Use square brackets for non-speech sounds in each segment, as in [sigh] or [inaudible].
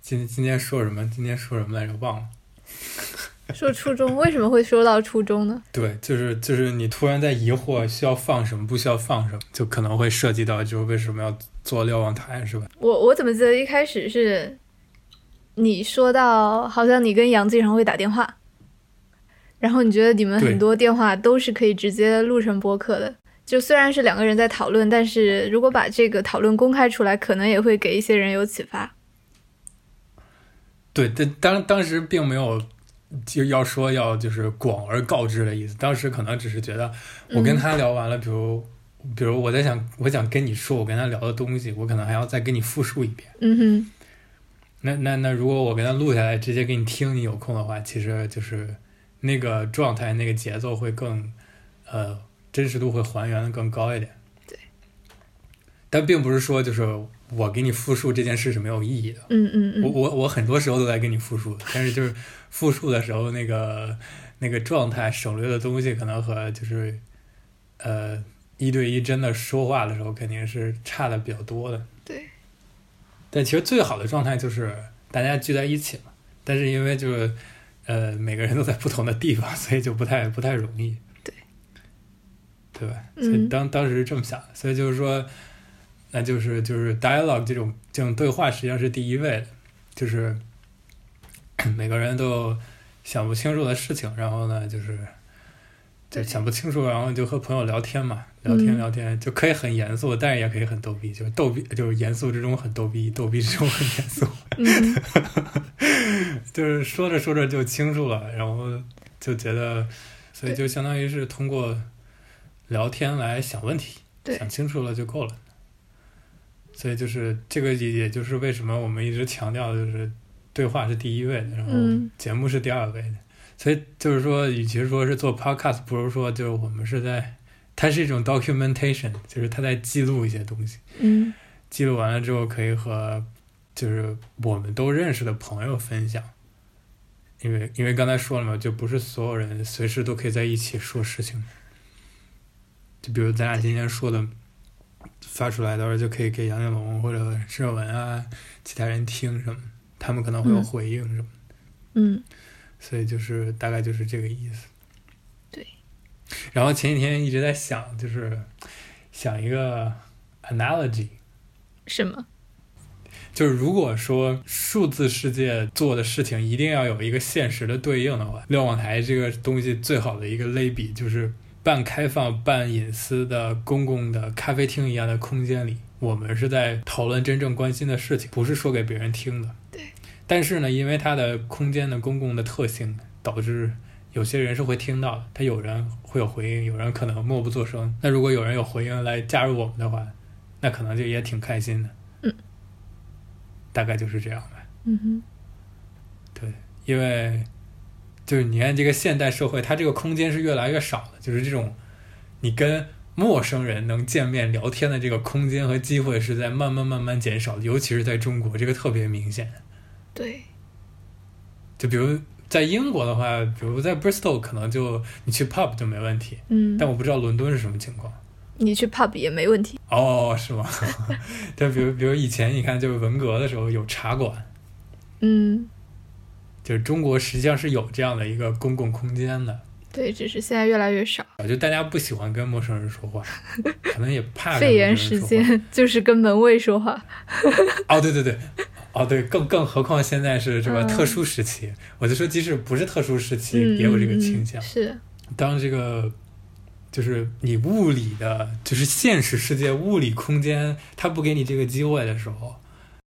今今天说什么？今天说什么来着？忘了。说初中，为什么会说到初中呢？对，就是就是你突然在疑惑需要放什么，不需要放什么，就可能会涉及到就是为什么要做瞭望台，是吧？我我怎么记得一开始是你说到，好像你跟杨经常会打电话，然后你觉得你们对很多电话都是可以直接录成播客的。就虽然是两个人在讨论，但是如果把这个讨论公开出来，可能也会给一些人有启发。对，但当当时并没有就要说要就是广而告之的意思，当时可能只是觉得我跟他聊完了，比如比如我在想我想跟你说我跟他聊的东西，我可能还要再跟你复述一遍。嗯哼，那那那如果我跟他录下来，直接给你听，你有空的话，其实就是那个状态、那个节奏会更呃真实度会还原的更高一点。对，但并不是说就是我给你复述这件事是没有意义的。嗯嗯我嗯，我我很多时候都在跟你复述，但是就是复述的时候那个那个状态省略的东西，可能和就是呃一对一真的说话的时候肯定是差的比较多的。对。但其实最好的状态就是大家聚在一起嘛，但是因为就是呃每个人都在不同的地方，所以就不太不太容易。对。对吧？嗯所以当当时是这么想的，所以就是说，那就是就是 dialogue 这种这种对话实际上是第一位的，就是每个人都有想不清楚的事情，然后呢就是就对想不清楚，然后就和朋友聊天嘛，聊天嗯聊天就可以很严肃，但是也可以很逗逼，就是逗逼就是严肃之中很逗逼，逗逼之中很严肃，嗯哼，就是说着说着就清楚了，然后就觉得，所以就相当于是通过聊天来想问题，对想清楚了就够了。所以就是这个，也也就是为什么我们一直强调，就是对话是第一位的，然后嗯节目是第二位的。所以就是说，与其说是做 podcast，不如说就是我们是在，它是一种 documentation，就是它在记录一些东西。嗯记录完了之后，可以和就是我们都认识的朋友分享，因为因为刚才说了嘛，就不是所有人随时都可以在一起说事情。就比如咱俩今天说的，发出来到时候就可以给杨景龙或者施文啊其他人听什么，他们可能会有嗯回应什么，嗯，所以就是大概就是这个意思。对。然后前几天一直在想，就是想一个 analogy，什么？就是如果说数字世界做的事情一定要有一个现实的对应的话，瞭望台这个东西最好的一个类比就是半开放半隐私的公共的咖啡厅一样的空间里，我们是在讨论真正关心的事情，不是说给别人听的。对。但是呢，因为它的空间的公共的特性，导致有些人是会听到的，他有人会有回应，有人可能默不作声。那如果有人有回应来加入我们的话，那可能就也挺开心的。嗯。大概就是这样吧。嗯哼，对，因为就是你看这个现代社会，它这个空间是越来越少的，就是这种你跟陌生人能见面聊天的这个空间和机会是在慢慢慢慢减少的，尤其是在中国，这个特别明显。对，就比如在英国的话，比如在 Bristol 可能就你去 pub 就没问题，嗯，但我不知道伦敦是什么情况。你去 pub 也没问题。哦，是吗？但比如比如以前你看，就是文革的时候有茶馆，嗯，就是中国实际上是有这样的一个公共空间的。对，只是现在越来越少。啊，就大家不喜欢跟陌生人说话，可能也怕跟 [laughs] 肺炎陌生时人说话。间就是跟门卫说话。哦，对对对，哦对，更更何况现在是什么、嗯特殊时期？我就说，即使不是特殊时期，嗯，也有这个嗯倾向嗯、。是，当这个就是你物理的，就是现实世界物理空间，它不给你这个机会的时候，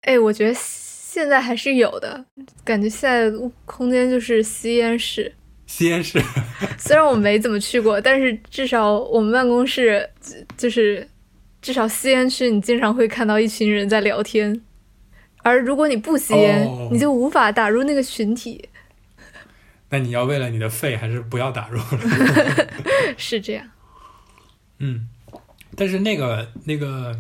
哎，我觉得现在还是有的，感觉现在空间就是吸烟室。吸烟室虽然我没怎么去过，但是至少我们办公室就是，至少吸烟区你经常会看到一群人在聊天。而如果你不吸烟哦你就无法打入那个群体， [laughs] 那你要为了你的肺，还是不要打入了。是这样。嗯，但是那个那个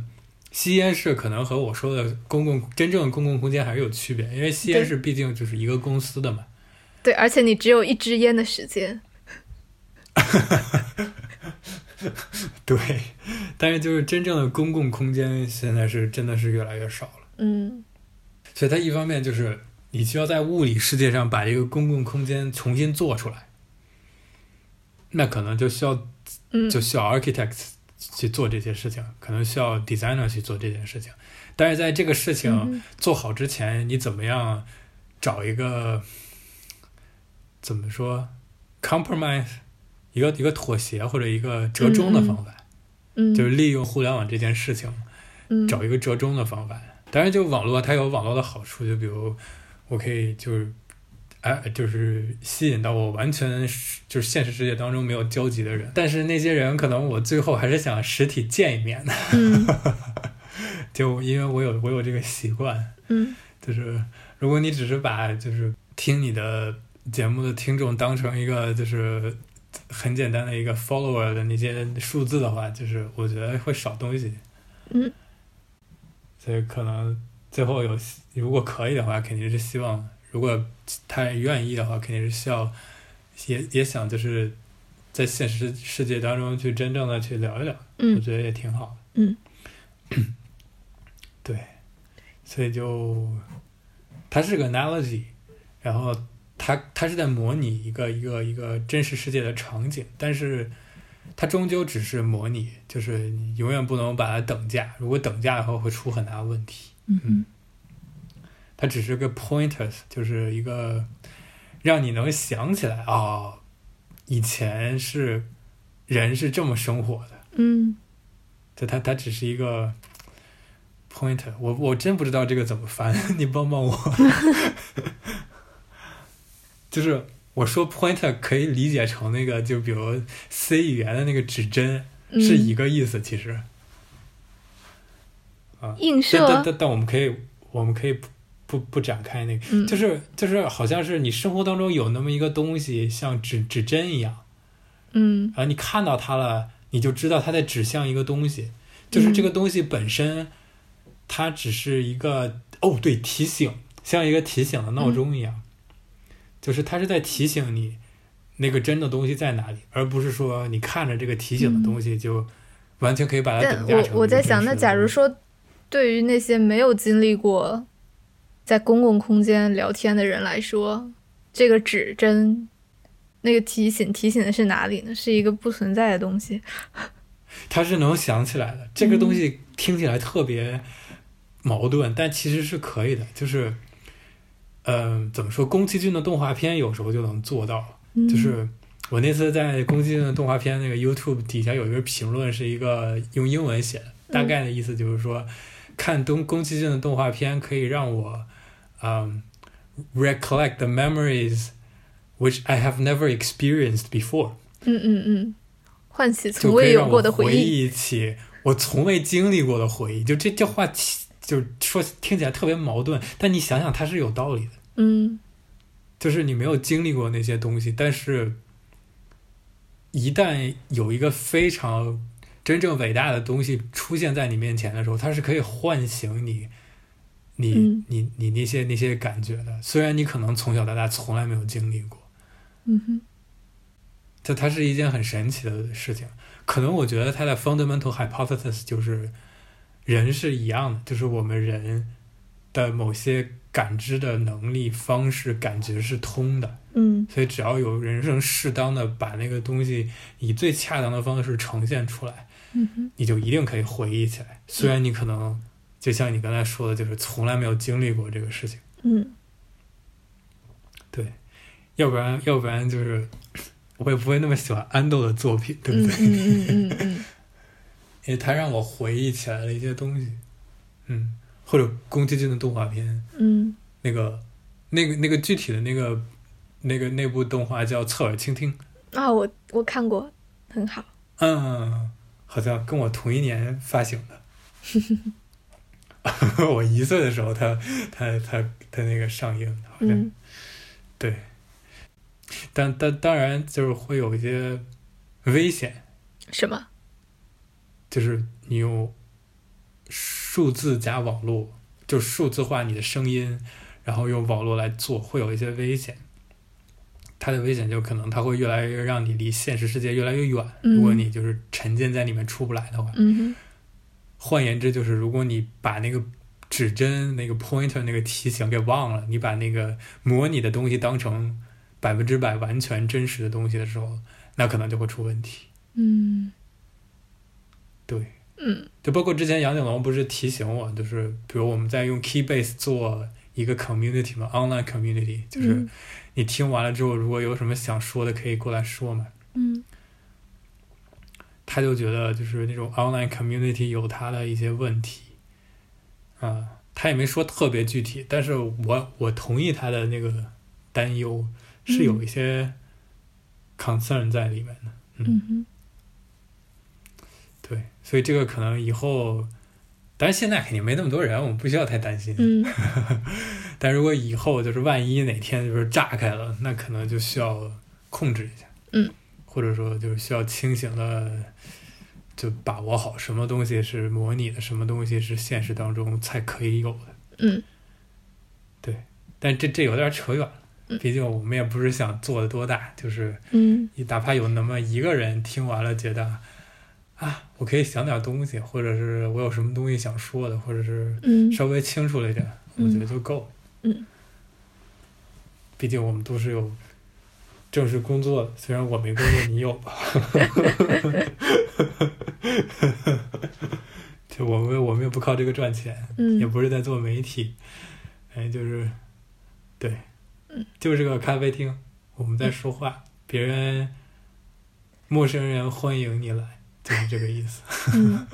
吸烟室可能和我说的公共真正的公共空间还是有区别，因为吸烟室毕竟就是一个公司的嘛。对，而且你只有一支烟的时间。对，但是就是真正的公共空间现在是真的是越来越少了，嗯所以它一方面就是你就要在物理世界上把一个公共空间重新做出来，那可能就需要嗯就需要 architect 去做这些事情，可能需要 designer 去做这件事情。但是在这个事情嗯做好之前，你怎么样找一个怎么说 compromise 一个一个妥协或者一个折中的嗯嗯方法，嗯，就是利用互联网这件事情嗯找一个折中的方法。当然，就网络它有网络的好处，就比如我可以就是，哎，就是吸引到我完全是就是现实世界当中没有交集的人。但是那些人可能我最后还是想实体见一面的，嗯就因为我有我有这个习惯，嗯就是如果你只是把就是听你的节目的听众当成一个就是。很简单的一个 follower 的那些数字的话，就是我觉得会少东西。嗯所以可能最后有，如果可以的话，肯定是希望，如果他愿意的话，肯定是需要，也也想就是在现实世界当中去真正的去聊一聊，我 [laughs] 嗯觉得也挺好的。嗯， [clears throat] 对，所以就它是个 analogy，然后它它是在模拟一个一个一个真实世界的场景，但是它终究只是模拟，就是你永远不能把它等价，如果等价的话会出很大的问题。嗯嗯它只是个 pointers，就是一个让你能想起来啊、哦以前是人是这么生活的。嗯就它它只是一个 pointer，我我真不知道这个怎么翻， [laughs] 你帮帮我。 [laughs] 就是我说 pointer 可以理解成那个，就比如 C 语言的那个指针嗯是一个意思，其实。映但但射，但但我们可以我们可以不不不展开那个，嗯就是就是好像是你生活当中有那么一个东西，像指指针一样。嗯然后你看到它了，你就知道它在指向一个东西，嗯就是这个东西本身，它只是一个哦，对，提醒，像一个提醒的闹钟一样，就是它是在提醒你那个真的东西在哪里，而不是说你看着这个提醒的东西就完全可以把它嗯但等价成我我在想，一个真实的那假如东西说对于那些没有经历过在公共空间聊天的人来说，这个指针。那个提醒提醒的是哪里呢？是一个不存在的东西。它是能想起来的，这个东西听起来特别矛盾，但其实是可以的，就是。嗯、怎么说？宫崎骏的动画片有时候就能做到，嗯就是我那次在宫崎骏的动画片那个 YouTube 底下有一个评论，是一个用英文写的，大概的意思就是说，看东宫崎骏的动画片可以让我，嗯、recollect the memories which I have never experienced before，嗯嗯嗯，唤起就从可以未有让过我的回忆。忆起我从未经历过的回忆。就这这话其，就说听起来特别矛盾，但你想想它是有道理的。嗯就是你没有经历过那些东西，但是，一旦有一个非常真正伟大的东西出现在你面前的时候，它是可以唤醒你，你、嗯你你那些那些感觉的。虽然你可能从小到大从来没有经历过，嗯哼就它是一件很神奇的事情。可能我觉得它的 fundamental hypothesis 就是人是一样的，就是我们人的某些感知的能力、方式、感觉是通的。嗯所以只要有人能适当的把那个东西以最恰当的方式呈现出来，嗯哼你就一定可以回忆起来。虽然你可能就像你刚才说的，就是从来没有经历过这个事情，嗯对，要不然要不然就是 [laughs] 我也不会那么喜欢安豆的作品，对不嗯对？嗯嗯嗯嗯因为它让我回忆起来了一些东西，嗯，或者宫崎骏的动画片，嗯那个那个那个具体的那个那个那部动画叫《侧耳倾听》。嗯啊，我我看过，很好。嗯，好像跟我同一年发行的。 [laughs] 我一岁的时候他，他他他那个上映，好像、嗯对。但但当然就是会有一些危险，什么？就是你用数字加网络，就数字化你的声音，然后用网络来做，会有一些危险。它的危险就可能它会越来越让你离现实世界越来越远，如果嗯你就是沉浸在里面出不来的话。嗯哼换言之，就是如果你把那个指针那个 pointer 那个提醒给忘了，你把那个模拟的东西当成百分之百完全真实的东西的时候，那可能就会出问题。嗯对，嗯就包括之前杨景龙不是提醒我，就是比如我们在用 Keybase 做一个 community 嘛，online community，就是嗯你听完了之后，如果有什么想说的，可以过来说嘛。嗯他就觉得就是那种 online community 有他的一些问题，啊、他也没说特别具体，但是我我同意他的那个担忧，是有一些 concern 在里面的。嗯哼对，所以这个可能以后，但是现在肯定没那么多人，我们不需要太担心。嗯但如果以后就是万一哪天就是炸开了，那可能就需要控制一下，嗯，或者说就是需要清醒的，就把握好什么东西是模拟的，什么东西是现实当中才可以有的。嗯但这这有点扯远了嗯，毕竟我们也不是想做的多大，就是嗯你哪怕有那么一个人听完了觉得啊，我可以想点东西，或者是我有什么东西想说的，或者是嗯稍微清楚了一点，嗯我觉得就够了。嗯，毕竟我们都是有正式工作的，虽然我没工作，你有 [laughs] 吧？就我们我们也不靠这个赚钱，也嗯不是在做媒体，哎，就是，对嗯，就是个咖啡厅，我们在说话，别人陌生人欢迎你来，就是这个意思。嗯